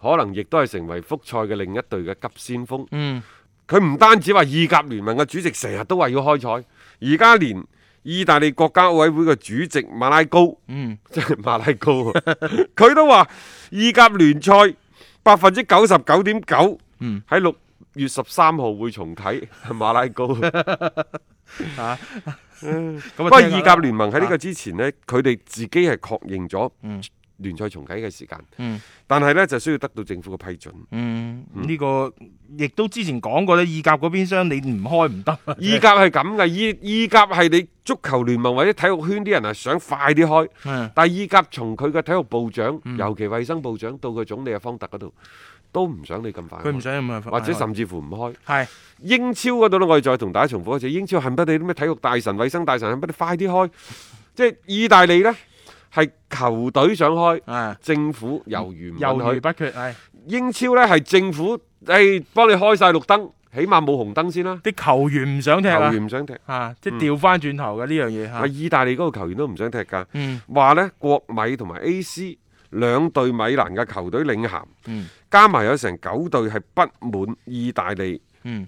可能亦都係成為復賽嘅另一隊嘅急先鋒。嗯，佢唔單止話意甲聯盟嘅主席成日都話要開賽，而家連意大利國家奧委會嘅主席馬拉高， 嗯，即係馬拉高啊，佢都話意甲聯賽百分之九十九點九嗯，喺六月十三號會重啟。馬拉高，啊，咁不啊過聽下意甲啦聯盟喺呢個之前呢，佢哋自己係確認咗嗯聯賽重啟嘅時間。嗯但係呢，就需要得到政府嘅批准。嗯，呢個亦都之前講過咧，意甲嗰邊商你唔開唔得，啊意甲係咁嘅，意意甲係你足球聯盟或者體育圈啲人係想快啲開，嗯但係意甲從佢嘅體育部長，嗯尤其衞生部長到佢總理嘅方特嗰度，都唔想你咁快開，佢唔想咁啊，或者甚至乎唔開。係英超嗰度呢，我哋再同大家重複一次，英超恨不得啲咩體育大臣、衞生大臣恨不得快啲開，即係意大利呢，係球隊想開，啊，政府猶豫唔猶允豫許。不決，係英超呢，係政府誒幫你開晒綠燈，起碼冇紅燈先啦，啲球員唔想踢球啦，員唔嗯想踢。啊，即係調翻轉頭嘅呢樣嘢啊！嚇，意大利嗰個球員都唔想踢㗎，嗯話呢國米同埋 A.C. 兩隊米蘭嘅球隊領銜，嗯加埋有成九隊係不滿意大利嗯，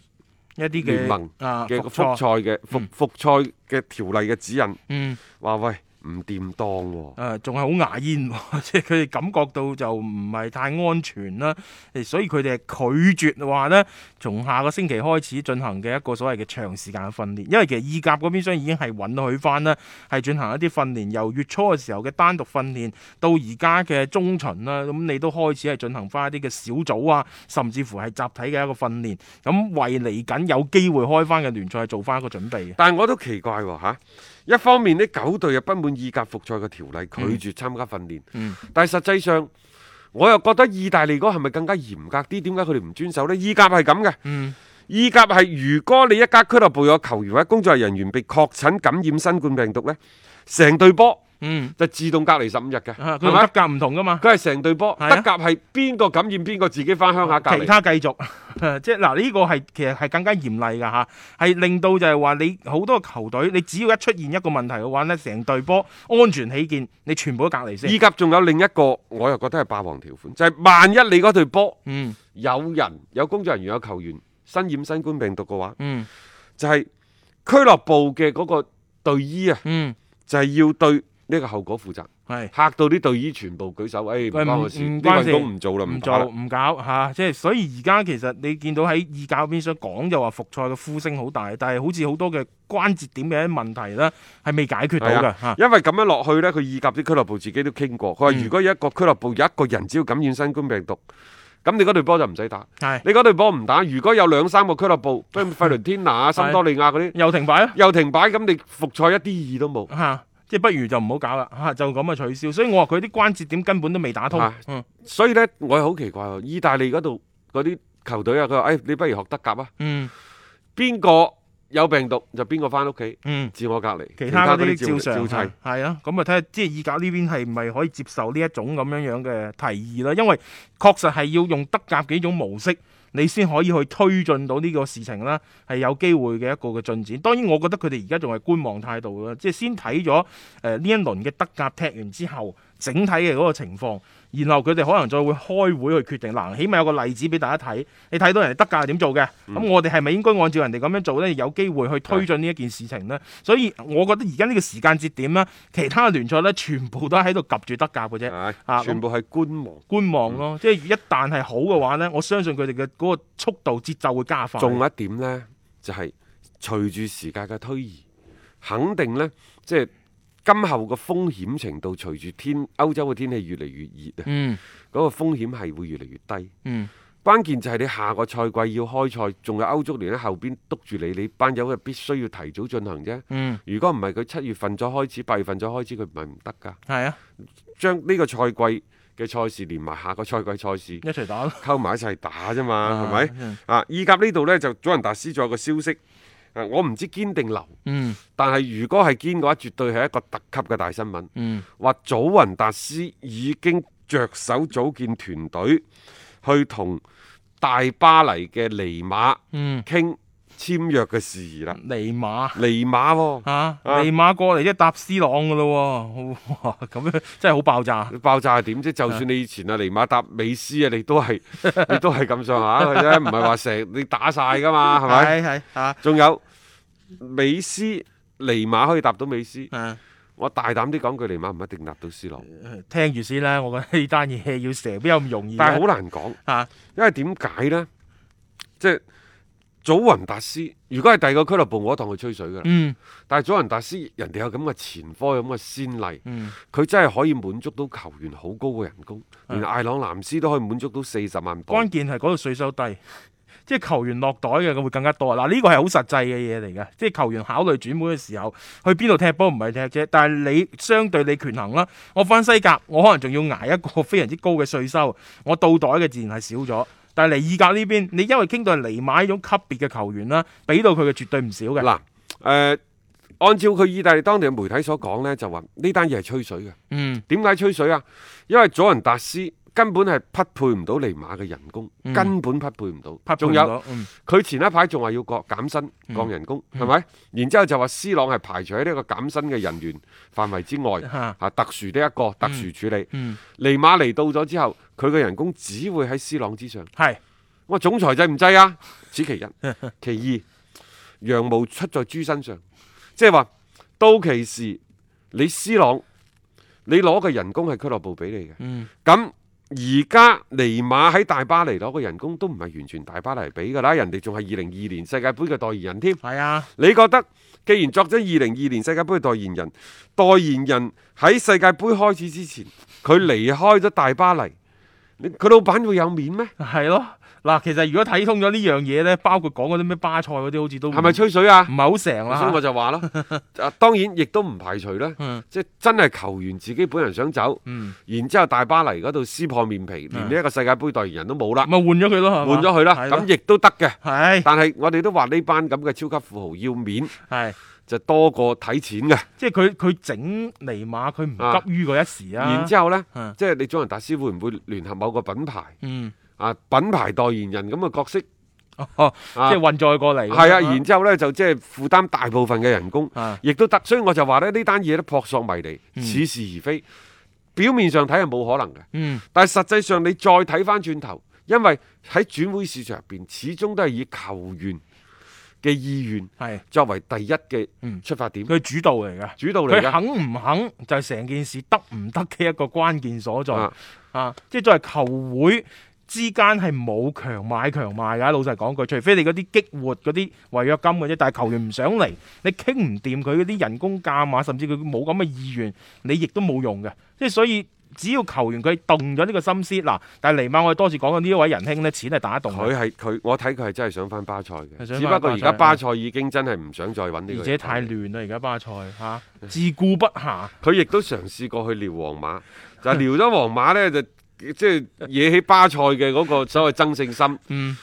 一啲嘅聯盟啊嘅復復賽，賽嘅復嗯復賽嘅條例嘅指引，嗯話喂唔掂當喎、誒呃仲係好牙煙喎， 即係佢哋感覺到就唔係太安全啦，誒所以佢哋係拒絕話呢，從下個星期開始進行嘅一個所謂嘅長時間嘅訓練，因為其實意甲嗰邊商已經係允許翻啦，係進行一啲訓練，由月初嘅時候嘅單獨訓練到而家嘅中旬啦，咁你都開始係進行翻一啲嘅小組啊，甚至乎係集體嘅一個訓練，咁為嚟緊有機會開翻嘅聯賽做翻一個準備嘅，但係我都奇怪喎、吓一方面呢九隊又不滿意甲復賽嘅條例，拒絕參加訓練，嗯但係實際上我又覺得意大利嗰個係咪更加嚴格啲？點解佢哋唔遵守呢？意甲係咁嘅。嗯意甲係如果你一家俱樂部有球員或者工作人員被確診感染新冠病毒呢，成隊波嗯，就自動隔離十五日嘅，係啊佢同咪德？甲唔同噶嘛。佢係成隊波，係啊德甲係邊個感染邊個自己翻鄉下隔其離。他繼續， 即係嗱呢個係其實係更加嚴厲㗎嚇，係令到就係話你好多球隊，你只要一出現一個問題嘅話呢成隊波安全起見，你全部都隔離先。意甲仲有另一個，我又覺得係霸王條款，就係、萬一你嗰隊波嗯有人有工作人員有球員身染新冠病毒嘅話，嗯就係、俱樂部嘅嗰個隊醫啊，嗯，就係、要對呢個後果負責。係、嚇到啲隊醫全部舉手，哎誒唔喂唔關我事，呢唔關份事工唔做啦，唔唔打做啦。唔搞嚇、即係所以而家其實你見到喺意甲嗰邊想講就話復賽嘅呼聲好大，但係好似好多嘅關節點嘅問題呢，係未解決到係㗎啊嚇。因為咁樣落去呢，佢意甲啲俱樂部自己都傾過，佢話嗯如果有一個俱樂部有一個人只要感染新冠病毒，咁你嗰隊波就唔使打。係你嗰隊波唔打，如果有兩三個俱樂部，譬如費倫天拿 啊、森多利亞嗰啲又停擺啦。又停擺，咁你復賽一啲意義都冇。嚇、即係不如就唔好搞啦，嚇、就咁啊取消。所以我話佢啲關節點根本都未打通。啊嗯所以呢，我係好奇怪喎，意大利嗰度嗰啲球隊啊，佢話誒你不如學德甲啊，嗯邊個有病毒就邊個翻屋企嗯，自我隔離，其他嗰其照啲照常照砌。係啊，咁啊睇下即係意甲呢邊係咪可以接受呢一種咁樣樣嘅提議啦？因為確實係要用德甲幾種模式。你先可以去推進到呢個事情啦，係有機會嘅一個嘅進展。當然，我覺得佢哋而家仲係觀望態度啦，即係先睇咗誒呢一輪嘅德甲踢完之後，整體嘅嗰個情況，然後佢哋可能再會開會去決定。嗱，起碼有個例子俾大家睇，你睇到人哋德甲係點做嘅，咁、嗯我哋係咪應該按照人哋咁樣做呢？有機會去推進呢一件事情嗯呢？所以我覺得而家呢個時間節點啦，其他嘅聯賽呢，全部都喺度及住德甲嘅啫。係啊全部係嗯觀望。觀望咯，即係一旦係好嘅話呢，我相信佢哋嘅嗰個速度節奏會加快。仲有一點呢，就係、隨住時間嘅推移，肯定呢，即係今後嘅風險程度，隨住天歐洲嘅天氣越嚟越熱啊，嗰、嗯個風險係會越嚟越低。嗯關鍵就係你下個賽季要開賽，仲有歐足聯喺後邊督住你，你班友係必須要提早進行啫。嗯，如果唔係佢七月份再開始，八月份再開始，佢唔係唔得㗎。係啊，將呢個賽季嘅賽事，連埋下個賽季賽 事一齊打啦，嗯溝埋一齊打啫嘛，係咪、咪？啊，意甲呢度呢，就祖雲達斯仲有個消息，啊，我唔知堅定流，嗯但係如果係堅嘅話，絕對係一個特級嘅大新聞。嗯，話祖雲達斯已經着手組建團隊，去同大巴黎嘅尼馬嗯，傾簽約嘅事宜啦。尼馬。尼馬喎、啊！啊尼馬過嚟即係搭 C 朗噶咯喎，哇！咁樣真係好爆炸。爆炸係點啫？就算你以前啊尼馬搭美斯啊，你都 係你都係咁上下嘅啫，唔係話成你打晒噶 嘛，係咪？係啊仲有美斯尼馬可以搭到美斯，啊！我大膽啲講句，尼馬唔一定搭到 C 朗，聽住先啦，我覺得呢單嘢要射邊有咁容易但係好好難講，啊，因為點解呢？即係祖雲達斯，如果係第二個俱樂部，我當佢吹水噶啦。嗯但係祖雲達斯人哋有咁嘅前科，有咁嘅先例，嗯佢真係可以滿足到球員好高嘅人工，連嗯艾朗藍斯都可以滿足到四十萬磅關。鍵係嗰度税收低， 即係球員落袋嘅會更加多。嗱，呢個係好實際嘅嘢嚟嘅，即係球員考慮轉會嘅時候，去邊度踢波唔係踢啫，但係你相對你權衡啦。我翻西甲，我可能仲要捱一個非常之高嘅税收，我到袋嘅自然係少咗。但係嚟意甲呢邊，你因為傾到係尼馬呢種級別嘅球員啦，俾到佢嘅絕對唔少嘅。嗱，誒、呃按照佢意大利當地嘅媒體所講呢，就話呢單嘢係吹水嘅。嗯點解吹水啊？因為祖雲達斯根本係匹配唔到尼馬嘅人工，嗯根本匹配唔匹到。配唔仲到，有嗯佢前一排仲話要降減薪、嗯降人工，嗯係咪、然之後就話 C 朗係排除喺呢個減薪嘅人員範圍之外，嚇啊，特殊的一個特殊處理。嗯尼馬嚟到咗之後，佢嘅人工只會喺 C 朗之上。係我總裁制唔制 啊？此其一，其二，羊毛出在豬身上，即係話到期時你 C 朗，你攞嘅人工係俱樂部俾你嘅。嗯咁而家尼馬喺大巴黎攞嘅人工都唔係完全大巴黎俾㗎啦，人哋仲係二零二年世界盃嘅代言人添。係啊。你覺得既然作咗二零二年世界盃嘅代言人，代言人喺世界盃開始之前，佢離開咗大巴黎，你佢老闆會有面咩？係咯，嗱，其實如果睇通咗呢樣嘢咧，包括講嗰啲咩巴塞嗰啲，好似都係咪吹水啊唔？係好成啦所以我嚇？就話啦， 啊當然亦都唔排除啦，嗯即係真係球員自己本人想走，嗯，然之後大巴黎嗰度撕破面皮，連嗯呢一個世界盃代言人都冇啦，咪換咗佢咯，嗯係啊換嘛咗佢啦，啊係咯咁亦都得嘅。係但係我哋都話呢班咁嘅超級富豪要面係，就多過睇錢嘅。即係佢佢整尼馬，佢唔啊急於嗰一時啊。然之後呢，嗯即係你祖雲達斯會唔會聯合某個品牌嗯，啊品牌代言人咁嘅角色？哦，即啊係運載過嚟。係啊，然之後呢，就即係負擔大部分嘅人工。啊，亦都得，所以我就話咧呢單嘢咧撲朔迷離，嗯似是而非。表面上睇係冇可能嘅，嗯但係實際上你再睇翻轉頭，因為喺轉會市場入邊，始終都係以球員嘅意願係作為第一嘅嗯出發點、佢主導嚟㗎，主導嚟佢嘅。肯唔肯就係成件事得唔得嘅一個關鍵所在啊啊！即係作為球會之間係冇強買強賣㗎，老實講句，除非你嗰啲激活嗰啲違約金嘅啫。但係球員唔想嚟，你傾唔掂佢嗰啲人工價碼，甚至佢冇咁嘅意願，你亦都冇用嘅。即係所以。只要球員佢動咗呢個心思，嗱，但係尼馬我哋多次講緊呢一位仁兄呢，錢係打動佢嘅，係佢，我睇佢係真係想翻巴塞嘅，係想只返不過而家巴巴塞已經真係唔想再揾呢個人。而且太亂啦，而家巴塞嚇、啊自顧不暇，佢亦都嘗試過去撩皇馬，就係撩咗皇馬呢，就即係惹起巴塞嘅嗰個所謂爭勝心，嗯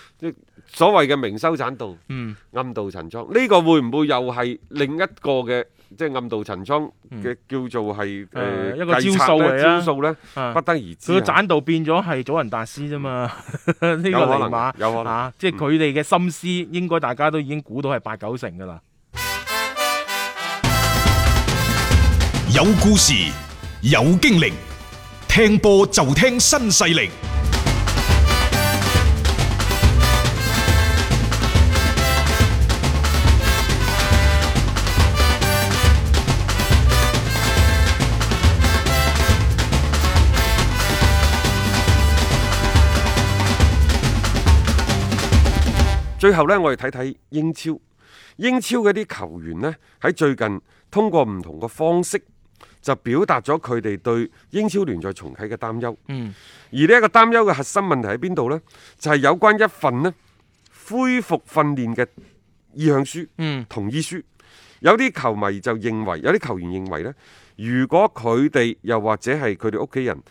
所謂嘅明修棧道。嗯，暗度陳倉，呢、個會唔會又係另一個嘅即係暗度陳倉嘅叫做係誒、嗯呃誒一個計招策數呢嚟招啊數呢，啊不得而知佢個啊。棧道變咗係祖雲達斯啫嘛， 呢個尼有可馬能，有可能。啊，即係佢哋嘅心思應該大家都已經估到係八九成噶啦。有故事，有經歷，聽波就聽新勢力。最後呢，我哋睇睇英超，英超嗰啲球員呢，喺最近通過唔同嘅方式就表達咗佢哋對英超聯賽重啟嘅擔憂。嗯而呢一個擔憂嘅核心問題喺邊度呢？就係、有關一份呢恢復訓練嘅意向書。嗯同意書。有啲球迷就認為，有啲球員認為呢，如果佢哋又或者係佢哋屋企人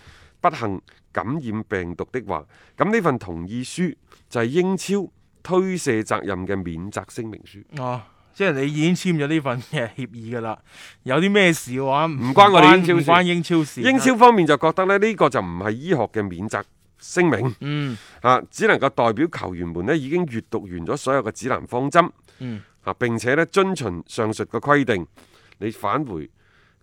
不幸感染病毒的話，咁呢份同意書就係英超推卸責任嘅免責聲明書，哦，即係你已經簽咗呢份嘅協議㗎啦。有啲咩事嘅話，唔唔關我哋英超唔事關英超事。英超方面就覺得咧呢、呢個就唔係醫學嘅免責聲明。嗯啊，只能夠代表球員們咧已經閱讀完咗所有嘅指南方針，嗯啊並且咧遵循上述嘅規定，你返回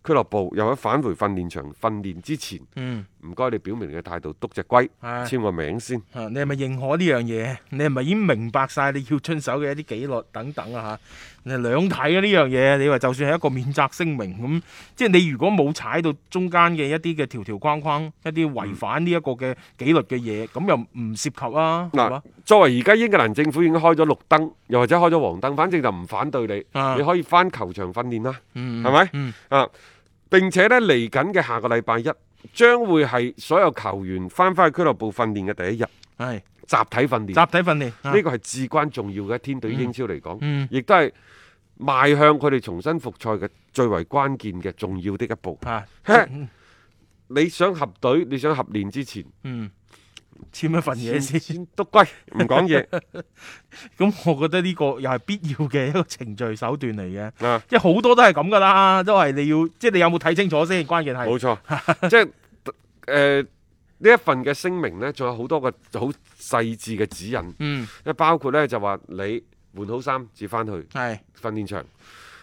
俱樂部又喺返回訓練場訓練之前，嗯，唔該你表明你嘅態度，篤只龜，係簽個名先。啊你係咪認可呢樣嘢？你係咪已經明白晒你要遵守嘅一啲紀律等等啊？嚇，你兩睇啊呢樣嘢。你話就算係一個免責聲明咁，即係你如果冇踩到中間嘅一啲嘅條條框框，一啲違反呢一個嘅紀律嘅嘢，咁又唔涉及啊，係嗱嘛？，作為而家英格蘭政府已經開咗綠燈，又或者開咗黃燈，反正就唔反對你，啊你可以翻球場訓練啦，嗯係咪？嗯啊，並且呢，嚟緊嘅下個禮拜一將會係所有球員翻返去俱樂部訓練嘅第一日，係集集體訓練體。訓練啊呢個係至關重要嘅一天，對於英超嚟講，嗯亦都係邁向佢哋重新復賽嘅最為關鍵嘅重要的一步。啊， 你想合隊，你想合練之前，嗯，簽一份嘢先先。先篤龜，唔講嘢 咁我覺得呢個又係必要嘅一個程序手段嚟嘅，啊！即係好多都係咁噶啦，都係你要，即係你有冇睇清楚先，關鍵係冇 錯，即係誒呢一份嘅聲明呢，仲有好多個好細緻嘅指引，嗯即係包括呢就話你換好衫至翻去係訓練場，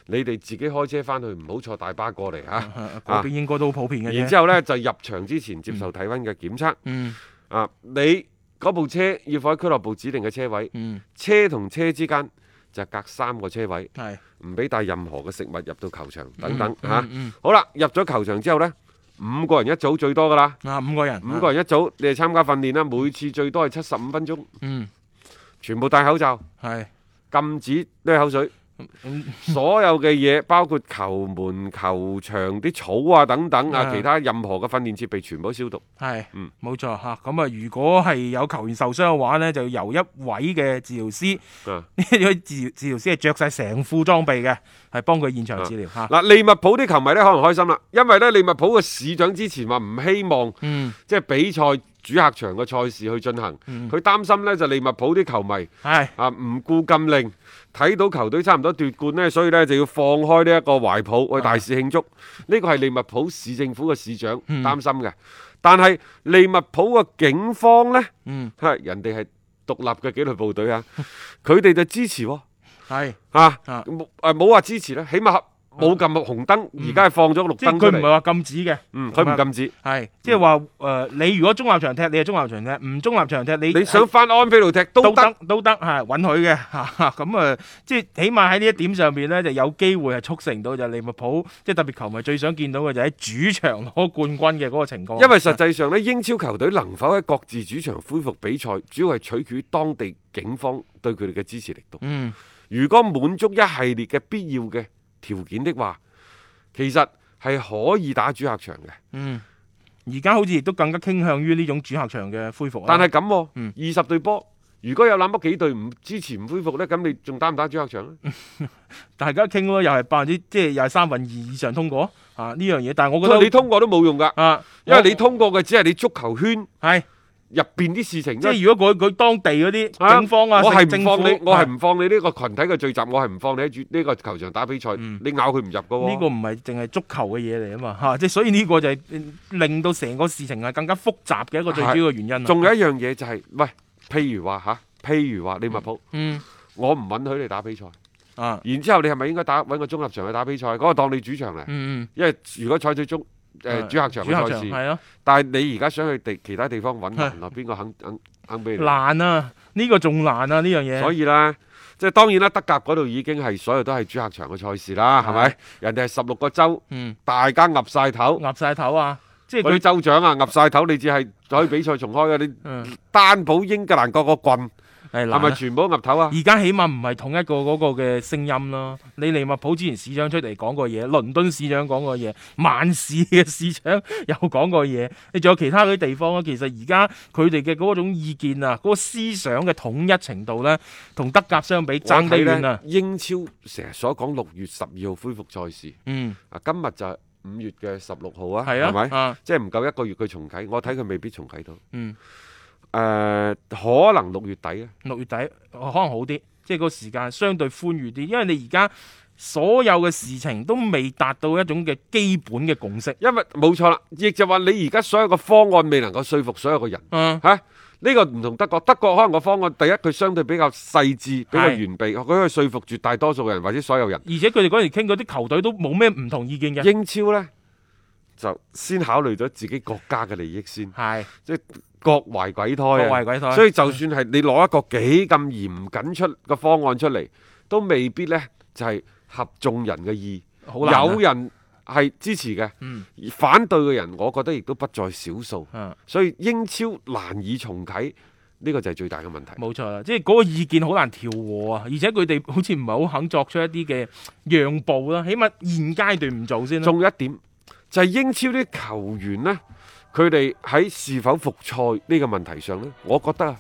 你哋自己開車翻去，唔好坐大巴過嚟嚇。啊啊嗰邊應該都好普遍嘅啫。然之後呢，就入場之前接受體温嘅檢測。嗯啊，你嗰部車要放喺俱樂部指定嘅車位，嗯車同車之間就隔三個車位，係唔俾帶任何嘅食物入到球場等等嚇、嗯嗯好啦，入咗球場之後呢，五個人一組最多噶啦，啊五個人，五個人一組，你哋參加訓練啦，每次最多係七十五分鐘，嗯全部戴口罩，係禁止濺口水。嗯所有嘅嘢，包括球門、球場啲草啊等等啊，啊其他任何嘅訓練設備全部都消毒。係嗯冇錯嚇。咁啊，如果係有球員受傷嘅話呢，就由一位嘅治療師， 啊呢位治治療師係着晒成副裝備嘅，係幫佢現場啊治療嚇。嗱，利物浦啲球迷呢，可能開心啦，因為呢，利物浦嘅市長之前話唔希望嗯即係比賽主客場嘅賽事去進行，嗯佢擔心呢，就利物浦啲球迷係啊唔顧禁令，睇到球隊差唔多奪冠呢，所以呢就要放開呢一個懷抱去大肆慶祝。呢個係利物浦市政府嘅市長嗯擔心嘅，但係利物浦嘅警方呢， 嗯嚇人哋係獨立嘅紀律部隊啊，佢哋就支持喎、係。啊，啊冇誒冇話支持啦，起碼冇撳紅燈，而家係放咗綠即係燈出佢唔係嚟。話禁止嘅，嗯，佢唔禁止。係即係話誒，呃你如果中立場踢，你係中立場踢；唔中立場踢，你你想翻安菲路踢都都得。得都得係允許嘅 嚇。咁啊，即係起碼喺呢一點上邊咧，就有機會係促成到就利物浦，即係特別球迷最想見到嘅就喺主場攞冠軍嘅嗰個情況。啊因為實際上咧，英超球隊能否喺各自主場恢復比賽，主要係取決於當地警方對佢哋嘅支持力度。嗯如果滿足一系列嘅必要嘅條件的話，其實係可以打主客場嘅。嗯，而家好似亦都更加傾向於呢種主客場嘅恢復啦。但係咁嗯喎，二十隊波，如果有那麼幾隊唔支持唔恢復呢，咁你仲打唔打主客場咧？大家傾咯，又係百分之即係又係三分二以上通過啊呢樣嘢。但係我覺你得通過都冇用㗎，啊，因為我你通過嘅只係你足球圈。係。入邊啲事情即啫。係如果佢佢當地嗰啲啊警方啊，我係係唔放你，我係唔放你呢個群體嘅聚集，我係唔放你喺主呢個球場打比賽，嗯你咬佢唔入噶喎。呢個唔係淨係足球嘅嘢嚟啊嘛 嚇，即係所以呢個就係嗯令到成個事情係更加複雜嘅一個最主要嘅原因啊。仲有一樣嘢就係、喂，譬如話吓，譬如話利物浦，嗯我唔允許你打比賽，啊然之後你係咪應該打揾個綜合場去打比賽？嗰、個當你主場嚟，嗯因為如果採取中誒、嗯主客場主客嘅賽場事，係咯但係你而家想去地其他地方揾人啦，邊個肯肯肯俾你？難啊，呢個仲難啊呢樣嗯嘢。所以啦，即係當然啦，德甲嗰度已經係所有都係主客場嘅賽事啦，係咪？人哋係十六個州，嗯，大家岌晒頭。岌晒頭啊，即嗰啲係州長啊，岌晒頭，你只係可以比賽重開嘅。你佢單保英格蘭各個郡嗯係係難咪啊。全部都岌頭啊？而家起碼唔係統一個嗰個嘅聲音咯。你利物浦之前市長出嚟講過嘢，倫敦市長講過嘢，曼市嘅市長又講過嘢。你仲有其他嗰啲地方咧，啊其實而家佢哋嘅嗰種意見啊，嗰、個思想嘅統一程度咧，同德甲相比爭得我睇遠呢啊。英超成日所講六月十二號恢復賽事嗯啊，今日就係五月嘅十六號啊，係啊，係咪？啊，即係唔夠一個月佢重啟，我睇佢未必重啟到。誒、嗯，可能六月底啊，六月底呃可能好啲，即係個時間相對寬裕啲，因為你而家所有嘅事情都未達到一種嘅基本嘅共識。因為冇錯啦，亦就話你而家所有嘅方案未能夠說服所有嘅人。嗯，嚇、呢、個唔同德國，德國可能個方案第一佢相對比較細緻，比較完備，佢可以說服絕大多數人或者所有人。而且佢哋嗰陣時傾嗰啲球隊都冇咩唔同意見嘅，英超呢，就先考慮咗自己國家嘅利益先，係即係各懷鬼胎各啊！為鬼胎。所以就算係你攞一個幾咁嚴謹出個方案出嚟，都未必呢就係、合眾人嘅意。好難啊有人係支持嘅，嗯而反對嘅人，我覺得亦都不在少數。嗯所以英超難以重啟，呢、個就係最大嘅問題。冇錯啦，即係嗰個意見好難調和啊，而且佢哋好似唔係好肯作出一啲嘅讓步啦，起碼現階段唔做先啦。仲有一點就係、英超啲球員呢，佢哋喺是否復賽呢個問題上呢，我覺得啊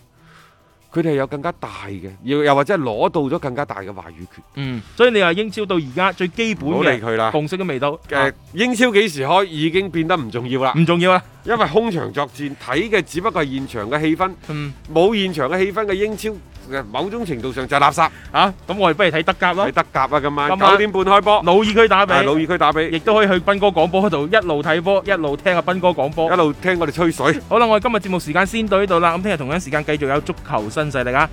佢哋係有更加大嘅，又又或者係攞到咗更加大嘅話語權。嗯，所以你話英超到而家最基本唔好理嘅佢啦。共識都未到，誒、呃英超幾時開已經變得唔重要啦，唔重要啦。因為空場作戰睇嘅只不過係現場嘅氣氛，嗯，冇現場嘅氣氛嘅英超，誒某種程度上就係垃圾。啊，咁我哋不如睇德甲啦睇，德甲啊，今晚今晚九點半開波，啊魯爾區打比係，魯爾區打亦比，都可以去斌哥廣播嗰度一路睇波，一路聽阿斌哥廣播一。路聽我哋吹水。好啦，我哋今日節目時間先到呢度啦，咁聽日同樣時間繼續有足球新勢力啊！